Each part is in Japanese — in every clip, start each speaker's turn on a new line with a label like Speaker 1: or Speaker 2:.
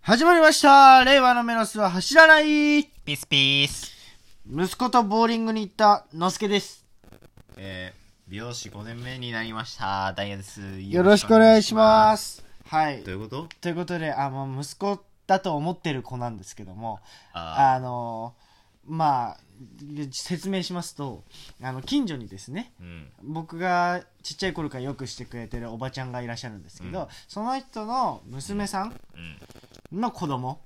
Speaker 1: 始まりました令和のメロスは走らない
Speaker 2: ピースピース。
Speaker 1: 息子とボーリングに行った、のすけです。
Speaker 2: えー、美容師5年目になりました。ダイヤです。。
Speaker 1: よろしくお願いしますす。はい
Speaker 2: ど。ういうこと
Speaker 1: ということで、あの、息子だと思ってる子なんですけども、
Speaker 2: あ
Speaker 1: あの、まあ、説明しますと、あの、近所にですね、
Speaker 2: ーうん。
Speaker 1: 僕がちっちゃい頃からよくしてくれてるおばちゃんがいらっしゃるんですけど、
Speaker 2: うん
Speaker 1: その人の娘さん
Speaker 2: うん。
Speaker 1: の子供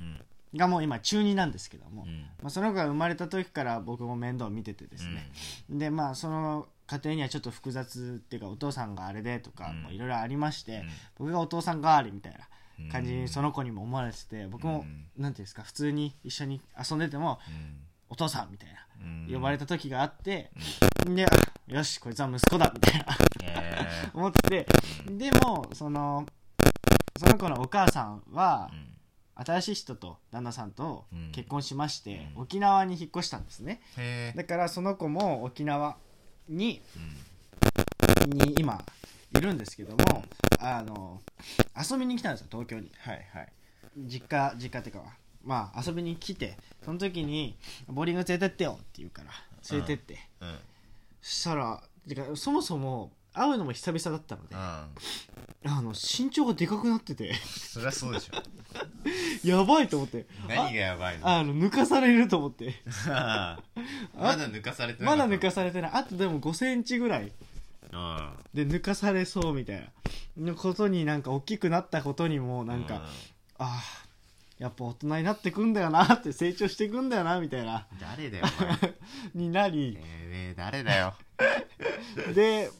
Speaker 2: うん。
Speaker 1: がもう今中2なんですけども、
Speaker 2: うん。
Speaker 1: まあ、その子が生まれた時から僕も面倒を見ててですね、でまあその家庭にはちょっと複雑っていうかお父さんがあれでとか
Speaker 2: うん
Speaker 1: もいろいろありまして、
Speaker 2: うん
Speaker 1: 僕がお父さん代わりみたいな
Speaker 2: うん
Speaker 1: 感じにその子にも思われてて僕もなんていうんですか普通に一緒に遊んでてもお父さんみたいな
Speaker 2: うん。うん
Speaker 1: 呼ばれた時があって、でよしこいつは息子だみたいな
Speaker 2: え
Speaker 1: 思っててでもそのその子のお母さんは
Speaker 2: ーうん
Speaker 1: 新しい人と旦那さんと結婚しまして、
Speaker 2: うん
Speaker 1: 沖縄に引っ越したんですね
Speaker 2: へー
Speaker 1: だからその子も沖縄に
Speaker 2: うん
Speaker 1: に今いるんですけどもあの遊びに来たんですよ東京にはいはい実家実家っていうかまあ遊びに来てその時に「ボーリング連れてってよ」って言うから連れてって、
Speaker 2: うん。
Speaker 1: そしたらてかそもそも会うのも久々だったので、
Speaker 2: うん。
Speaker 1: あの身長がでかくなって て
Speaker 2: そりゃそうでしょ。
Speaker 1: やばいと思って
Speaker 2: 何がやばいの
Speaker 1: ああの抜かされると思 って
Speaker 2: まだ抜かされて
Speaker 1: まだ抜か
Speaker 2: さ
Speaker 1: されてないあとでも5センチぐらい
Speaker 2: うん。
Speaker 1: で抜かされそうみたいなのことになんか大きくなったことにもなんか、
Speaker 2: う
Speaker 1: ああやっぱ大人になってくんだよなって成長してくんだよなみたいな
Speaker 2: 誰だよ、お前。
Speaker 1: になり
Speaker 2: てめえ、誰だよ。
Speaker 1: で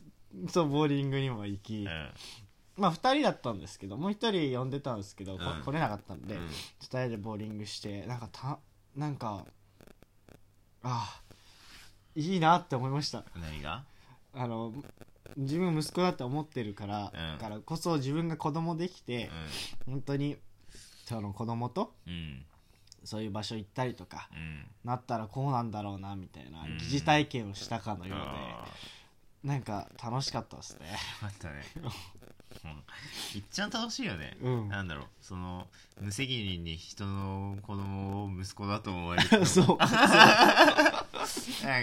Speaker 1: そうボーリングにも行
Speaker 2: う
Speaker 1: き、
Speaker 2: ん。
Speaker 1: まあ2人だったんですけどもう1人呼んでたんですけど、こ
Speaker 2: うん
Speaker 1: 来れなかったんで、
Speaker 2: うん
Speaker 1: 2人でボーリングしてなんかたなんかああいいなって思いました
Speaker 2: 何が
Speaker 1: あの自分息子だって思ってるから、
Speaker 2: うん
Speaker 1: からこそ自分が子供できて、本当にその子供と
Speaker 2: うん。うん。
Speaker 1: そういう場所行ったりとか
Speaker 2: うん。
Speaker 1: なったらこうなんだろうなみたいな
Speaker 2: うん
Speaker 1: 疑似体験をしたかのようで、
Speaker 2: あー
Speaker 1: なんか楽しかったですね
Speaker 2: あったね。うん、いっちゃん楽しいよね。
Speaker 1: うん
Speaker 2: なんだろう、その、無責任に人の子供を息子だと思われる の。
Speaker 1: そう
Speaker 2: な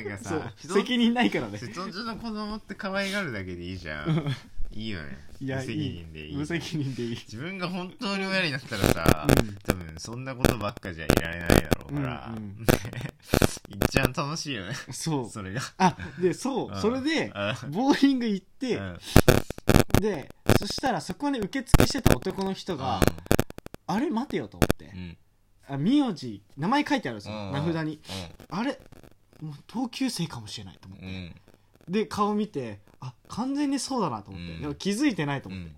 Speaker 2: んか
Speaker 1: そ
Speaker 2: さ
Speaker 1: う、
Speaker 2: 人
Speaker 1: 責任ないからね
Speaker 2: 人の子供って可愛がるだけでいいじゃん。いいよね。
Speaker 1: いや
Speaker 2: 無責任でいい。
Speaker 1: 無責任でいい
Speaker 2: 自分が本当に親になったらさ、
Speaker 1: うん
Speaker 2: 多分そんなことばっかじゃいられないだろうから、
Speaker 1: うんう
Speaker 2: いっちゃん楽しいよね。
Speaker 1: そう
Speaker 2: それが。
Speaker 1: あでそう
Speaker 2: うん
Speaker 1: それで
Speaker 2: うん
Speaker 1: ボーリング行って、
Speaker 2: うん
Speaker 1: でそしたらそこに受付してた男の人が、あれ待てよと思って
Speaker 2: う、ん。
Speaker 1: あ名字名前書いてあるんですよ、
Speaker 2: うん
Speaker 1: 名札にあれもう同級生かもしれないと思っ
Speaker 2: う
Speaker 1: て、
Speaker 2: ん。うん。
Speaker 1: で顔見てあ完全にそうだなと思って、
Speaker 2: うん
Speaker 1: でも気づいてないと
Speaker 2: う
Speaker 1: 思って、
Speaker 2: ん。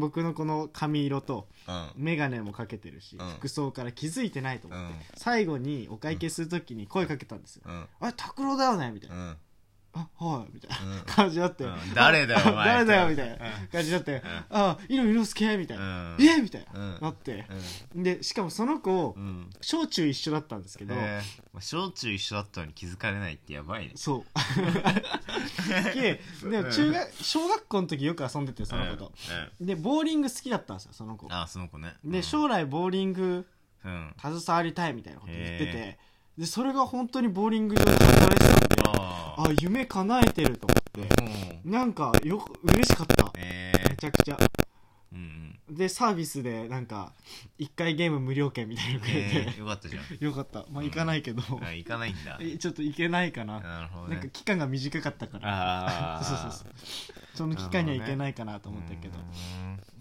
Speaker 1: 僕のこの髪色と
Speaker 2: うん。
Speaker 1: 眼鏡もかけてるし、
Speaker 2: うん
Speaker 1: 服装から気づいてないと思って、
Speaker 2: うん
Speaker 1: 最後にお会計するときに声かけたんですよ「
Speaker 2: うん。
Speaker 1: あれ拓郎だよね」みたいうな「
Speaker 2: ん。
Speaker 1: あはい」みたいな
Speaker 2: うん
Speaker 1: 感じになって、
Speaker 2: うん誰だよ
Speaker 1: あ
Speaker 2: お
Speaker 1: 誰
Speaker 2: 前
Speaker 1: だよ」みたいな 感じになって「ああいのいのすけ」みたいな「
Speaker 2: うん
Speaker 1: えみたいな、
Speaker 2: うん
Speaker 1: なって
Speaker 2: うん
Speaker 1: でしかもその子、
Speaker 2: うん
Speaker 1: 小中一緒だったんですけど、
Speaker 2: えー小中一緒だったのに気づかれないってやばいね
Speaker 1: そうででも中学小学校の時よく遊んでてその子と、
Speaker 2: うん
Speaker 1: でボーリング好きだったんですよその子
Speaker 2: うんあその子ねう
Speaker 1: で
Speaker 2: ん
Speaker 1: 将来ボーリング
Speaker 2: うんあ
Speaker 1: 携わりたいみたいなこと言ってて
Speaker 2: へ
Speaker 1: でそれが本当にボーリング場で働いてたんで
Speaker 2: あ
Speaker 1: あ夢叶えてると思って
Speaker 2: うん
Speaker 1: なんかよく嬉しかった
Speaker 2: え
Speaker 1: め
Speaker 2: ー
Speaker 1: ちゃくちゃ
Speaker 2: うん
Speaker 1: でサービスでなんか1回ゲーム無料券みたいなの
Speaker 2: うん
Speaker 1: くれ
Speaker 2: え ーよかったじゃん
Speaker 1: てよかったまあ行かないけど
Speaker 2: あ行かないんだ
Speaker 1: えちょっと行けないかな
Speaker 2: なるほど
Speaker 1: なんか
Speaker 2: ね
Speaker 1: 期間が短かったから
Speaker 2: あ
Speaker 1: そうそうそうその期間にはいけないかなと思ったけど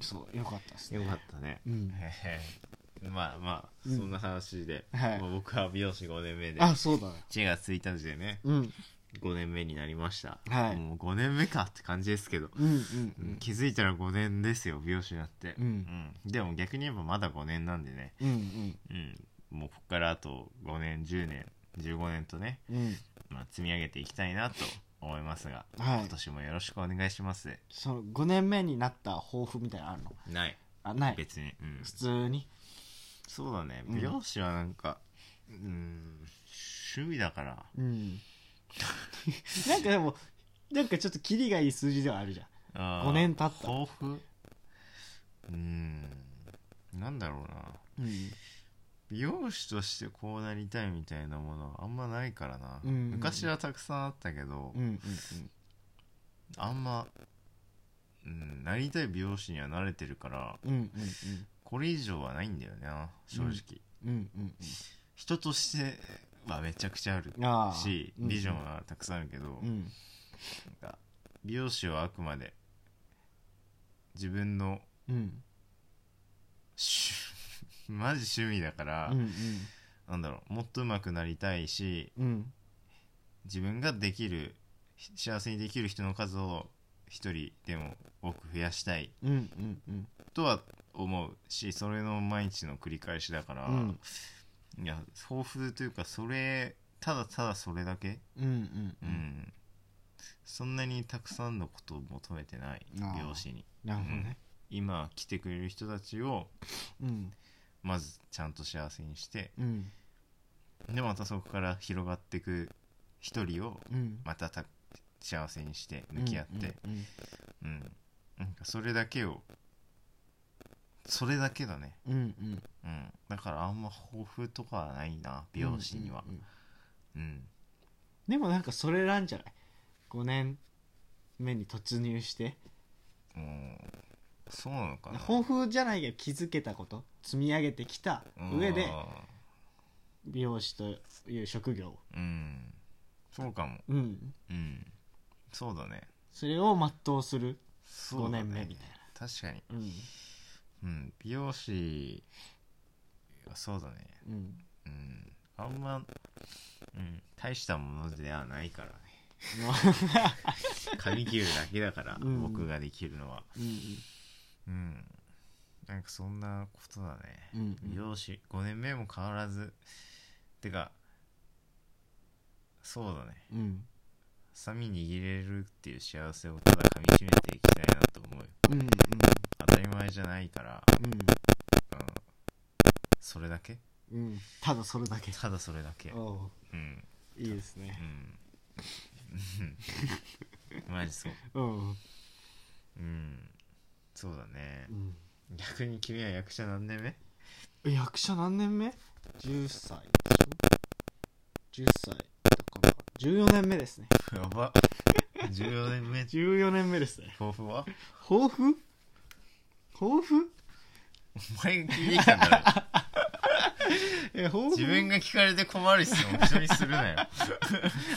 Speaker 1: そうよかったですね
Speaker 2: よかったね
Speaker 1: うん
Speaker 2: へへまあまあ
Speaker 1: うん
Speaker 2: そんな話で
Speaker 1: はい
Speaker 2: まあ僕は美容師5年目で
Speaker 1: あそうだ
Speaker 2: 1月1日でね
Speaker 1: うん
Speaker 2: 5年目になりました、
Speaker 1: はい
Speaker 2: もう5年目かって感じですけど、
Speaker 1: うんうん
Speaker 2: 気づいたら5年ですよ美容師になって、
Speaker 1: うん
Speaker 2: うんでも逆に言えばまだ5年なんでね、
Speaker 1: うんうん
Speaker 2: うん、もうこっからあと5年10年15年とね、
Speaker 1: うんうん
Speaker 2: まあ、積み上げていきたいなと思いますが、
Speaker 1: はい
Speaker 2: 今年もよろしくお願いします
Speaker 1: その5年目になった抱負みたいなのあるの
Speaker 2: ない
Speaker 1: あない
Speaker 2: 別に、うん
Speaker 1: 普通に
Speaker 2: そうだね
Speaker 1: うん
Speaker 2: 美容師はなんかうん趣味だから
Speaker 1: うん なんかでもなんかちょっとキリがいい数字ではあるじゃん
Speaker 2: あー
Speaker 1: 5年経った
Speaker 2: 抱負うーんなんだろうな
Speaker 1: うん
Speaker 2: 美容師としてこうなりたいみたいなものはあんまないからな、
Speaker 1: うんうん
Speaker 2: 昔はたくさんあったけど、
Speaker 1: うんうん
Speaker 2: あんま、うん、なりたい美容師には慣れてるから
Speaker 1: うんうん
Speaker 2: これ以上はないんだよな正直、
Speaker 1: うんうんうんうん
Speaker 2: 人としてはめちゃくちゃある
Speaker 1: うんああ
Speaker 2: し
Speaker 1: うん
Speaker 2: ビジョンはたくさんあるけど、
Speaker 1: うん
Speaker 2: なんか美容師はあくまで自分の
Speaker 1: うん
Speaker 2: 趣マジ趣味だから、
Speaker 1: うん
Speaker 2: なんだろうもっと上手くなりたいし
Speaker 1: うんうん
Speaker 2: 自分ができるひ幸せにできる人の数を一人でも多く増やしたい
Speaker 1: うんうんうん
Speaker 2: とは思うしそれの毎日の繰り返しだから、
Speaker 1: うん
Speaker 2: いや抱負というかそれただただそれだけ、
Speaker 1: うんうん
Speaker 2: うんそんなにたくさんのことを求めてない
Speaker 1: あー
Speaker 2: 美容師に
Speaker 1: なるほどね
Speaker 2: 今来てくれる人たちを
Speaker 1: うん
Speaker 2: まずちゃんと幸せにして
Speaker 1: うん
Speaker 2: でまたそこから広がっていく一人を
Speaker 1: うん
Speaker 2: またた幸せにして向き合って、
Speaker 1: うん
Speaker 2: うん、なんかそれだけをそれだけだね、
Speaker 1: うんうん
Speaker 2: うん、だからあんま抱負とかはないな美容師には
Speaker 1: うんうんうん
Speaker 2: うん、
Speaker 1: でもなんかそれなんじゃない5年目に突入して
Speaker 2: もうそうなのかな
Speaker 1: 抱負じゃないけど気づけたこと積み上げてきた上で美容師という職業を
Speaker 2: うんうんそうかも
Speaker 1: うん
Speaker 2: うんそうだね
Speaker 1: それを全うする
Speaker 2: そ
Speaker 1: 5
Speaker 2: うだね
Speaker 1: 年目みたいな
Speaker 2: 確かに、
Speaker 1: うん
Speaker 2: うん、美容師はそうだね
Speaker 1: うん
Speaker 2: うんあんま、うん、大したものではない からね髪切るだけだから、
Speaker 1: うん
Speaker 2: 僕ができるのは
Speaker 1: うん
Speaker 2: うんなんかそんなことだね、
Speaker 1: うんうん
Speaker 2: 美容師5年目も変わらずてかそうだね
Speaker 1: うん
Speaker 2: ハサミ握れるっていう幸せをただ噛みしめていきたいなと思うよ
Speaker 1: うんうん
Speaker 2: 当たり前じゃないから、うん、それだけ
Speaker 1: うんうんただそれだけ
Speaker 2: ただそれだけ
Speaker 1: おう
Speaker 2: うん
Speaker 1: いいですね
Speaker 2: うんうん マジそう
Speaker 1: うん
Speaker 2: うんそうだね
Speaker 1: うん
Speaker 2: 逆に君は役者何年目
Speaker 1: え役者何年目 ?10 歳でしょ10歳だから14年目ですね
Speaker 2: やば14年目
Speaker 1: 14年目ですね
Speaker 2: 抱負は
Speaker 1: 抱負抱負
Speaker 2: お前が聞いてきたんだろ
Speaker 1: え抱負
Speaker 2: 自分が聞かれて困る質問を人にす るなよ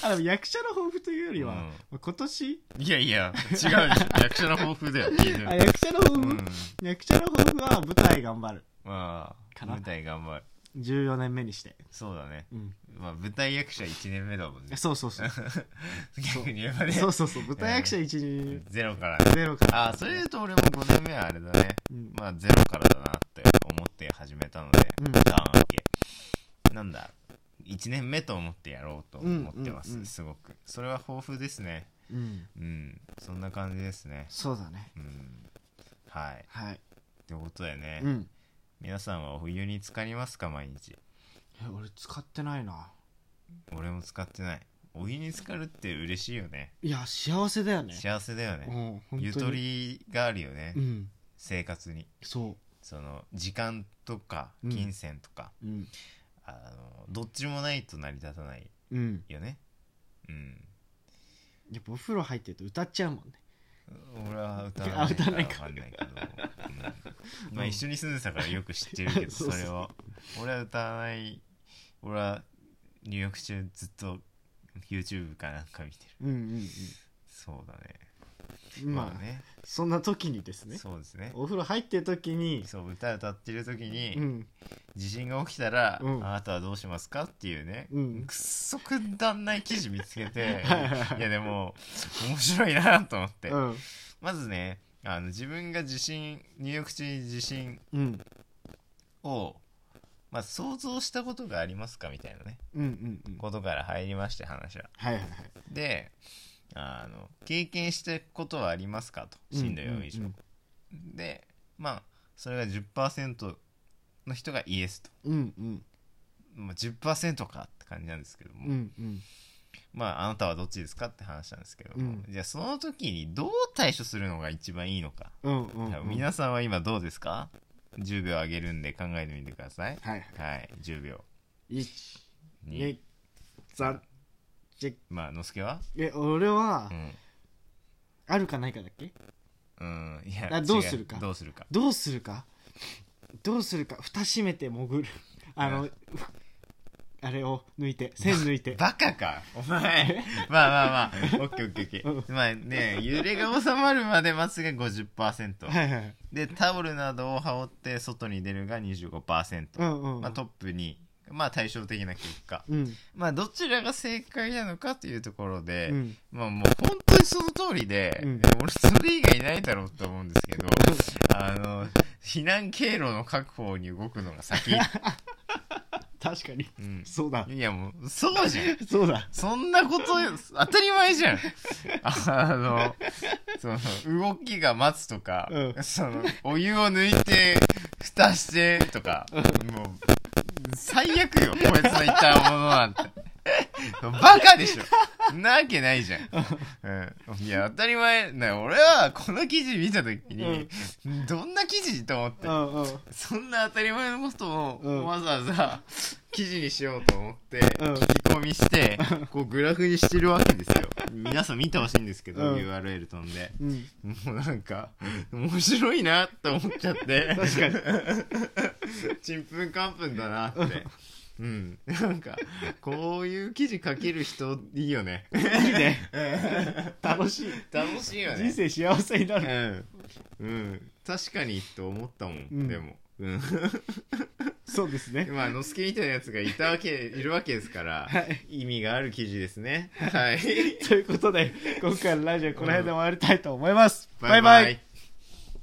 Speaker 1: あでも役者の抱負というよりは、
Speaker 2: うん
Speaker 1: まあ今年
Speaker 2: いやいや違うでしょ役者の抱負だよ聞い て
Speaker 1: あ
Speaker 2: る
Speaker 1: 役者の抱
Speaker 2: う
Speaker 1: 負、
Speaker 2: ん
Speaker 1: 役者の抱負は舞台頑張る
Speaker 2: まあ
Speaker 1: かな
Speaker 2: 舞台頑張る
Speaker 1: 14年目にして、
Speaker 2: そうだね
Speaker 1: うん、
Speaker 2: まあ舞台役者1年目だもんね
Speaker 1: そうそうそう
Speaker 2: 逆に言えばね
Speaker 1: そうそうそう舞台役者120
Speaker 2: ゼロからね
Speaker 1: から
Speaker 2: ああそれ言うと俺も5年目はあれだね
Speaker 1: うん
Speaker 2: まあゼロからだなって思って始めたので
Speaker 1: うん
Speaker 2: 段明けなんだ1年目と思ってやろうと思って
Speaker 1: う
Speaker 2: ま
Speaker 1: んうんう
Speaker 2: す
Speaker 1: ん
Speaker 2: すごくそれは抱負ですね
Speaker 1: うん
Speaker 2: うんそんな感じですね
Speaker 1: そうだね
Speaker 2: うんはい
Speaker 1: はい
Speaker 2: ってことでね、
Speaker 1: うん
Speaker 2: 皆さんはお湯に浸かりますか毎日
Speaker 1: え俺使ってないな
Speaker 2: 俺も使ってないお湯に浸かるって嬉しいよね
Speaker 1: いや幸せだよね
Speaker 2: 幸せだよ
Speaker 1: うん
Speaker 2: ね
Speaker 1: 本当に
Speaker 2: ゆとりがあるよね、
Speaker 1: うん
Speaker 2: 生活に
Speaker 1: そ
Speaker 2: その時間とか
Speaker 1: うん
Speaker 2: 金銭とか、
Speaker 1: ううん
Speaker 2: あのどっちもないと成り立たない
Speaker 1: うん
Speaker 2: よねうん
Speaker 1: やっぱお風呂入ってると歌っちゃうもんね
Speaker 2: 俺は歌
Speaker 1: あ
Speaker 2: わない
Speaker 1: 歌わ
Speaker 2: から
Speaker 1: ない
Speaker 2: 分
Speaker 1: か
Speaker 2: かんないけど、うんまあ一緒に住んでたからよく知ってるけど
Speaker 1: そう
Speaker 2: そ
Speaker 1: そう
Speaker 2: れを俺は歌わない俺は入浴中ずっと YouTube かなんか見てる
Speaker 1: うんうん
Speaker 2: そうだね
Speaker 1: うんまあ、
Speaker 2: まあね
Speaker 1: そんな時にですね
Speaker 2: そうですね
Speaker 1: お風呂入ってる時に
Speaker 2: そう歌歌ってる時に、
Speaker 1: うん
Speaker 2: 地震が起きたら、
Speaker 1: うん
Speaker 2: あなたはどうしますかっていうね、
Speaker 1: うん
Speaker 2: くっそくだんない記事見つけて
Speaker 1: はいはいはい
Speaker 2: いやでも面白いなと思って、
Speaker 1: うん
Speaker 2: まずねあの自分が地震入浴中に地震
Speaker 1: うん
Speaker 2: を、まあ、想像したことがありますかみたいなね
Speaker 1: うんうんうん
Speaker 2: ことから入りまして話は
Speaker 1: はいはいはい
Speaker 2: であの経験したことはありますかとしんどいよ以上、でまあそれが10%の人がイエスと、
Speaker 1: うんうん
Speaker 2: まあ、10%かって感じなんですけども、
Speaker 1: うんうん
Speaker 2: まああなたはどっちですかって話なんですけども、
Speaker 1: うん
Speaker 2: じゃあその時にどう対処するのが一番いいのか、
Speaker 1: うんうんうん
Speaker 2: 皆さんは今どうですか10秒上げるんで考えてみてください
Speaker 1: はい
Speaker 2: はい10秒
Speaker 1: 1、
Speaker 2: に
Speaker 1: 2、3、チェック。
Speaker 2: まあのすけは
Speaker 1: え、俺は
Speaker 2: う、ん、
Speaker 1: あるかないかだっけ
Speaker 2: うん、いや
Speaker 1: あどうするか
Speaker 2: 違どうするか
Speaker 1: どうするかどうするか蓋閉めて潜る。あの、あれを抜いて、線抜いて。
Speaker 2: バカかお前まあまあまあオッケーオッケーオッケーまあね揺れが収まるまでまつが50%
Speaker 1: はいはい。
Speaker 2: でタオルなどを羽織って外に出るが25%、
Speaker 1: うんうんうん。
Speaker 2: まあ、トップにまあ対照的な結果
Speaker 1: うん。
Speaker 2: まあどちらが正解なのかというところで、
Speaker 1: うん。
Speaker 2: まあもう本当にその通りで、
Speaker 1: うん
Speaker 2: 俺それ以外ないだろうと思うんですけど、あの、避難経路の確保に動くのが 先。
Speaker 1: 確かに。
Speaker 2: うん。
Speaker 1: そうだ。
Speaker 2: いやもう、そうじゃん。
Speaker 1: そうだ。
Speaker 2: そんなこと、当たり前じゃん。あの、その、動きが待つとか、
Speaker 1: うん
Speaker 2: その、お湯を抜いて、蓋してとか、もう、最悪よ、こいつの言ったものなんて。バカでしょ。なわけないじゃん。うん、いや、当たり前、な俺はこの記事見たときに、どんな記事と思って
Speaker 1: う、んうん。
Speaker 2: そんな当たり前のこと
Speaker 1: うん
Speaker 2: をわざわざ記事にしようと思って聞き
Speaker 1: うん
Speaker 2: 込みしてこうグラフにしてるわけですよ皆さん見てほしいんですけど
Speaker 1: うん
Speaker 2: URL 飛んで
Speaker 1: うん。
Speaker 2: もうなんか面白いなって思っちゃって
Speaker 1: 確かに。
Speaker 2: ちんぷんかんぷんだなってうんなんかこういう記事書ける人いいよね
Speaker 1: いいね。楽しい。
Speaker 2: 楽しいよ
Speaker 1: 人
Speaker 2: ね
Speaker 1: 生幸せになる。
Speaker 2: うん、うん、確かにと思ったもん、
Speaker 1: うん
Speaker 2: でもうん
Speaker 1: そうですね。
Speaker 2: まあ、のすけみたいなやつがいたわけ、いるわけですから、
Speaker 1: はい。
Speaker 2: 意味がある記事です ね。はい。
Speaker 1: ということで、今回のラジオはこの辺で終わりたいと思います。バイバイ。
Speaker 2: イ。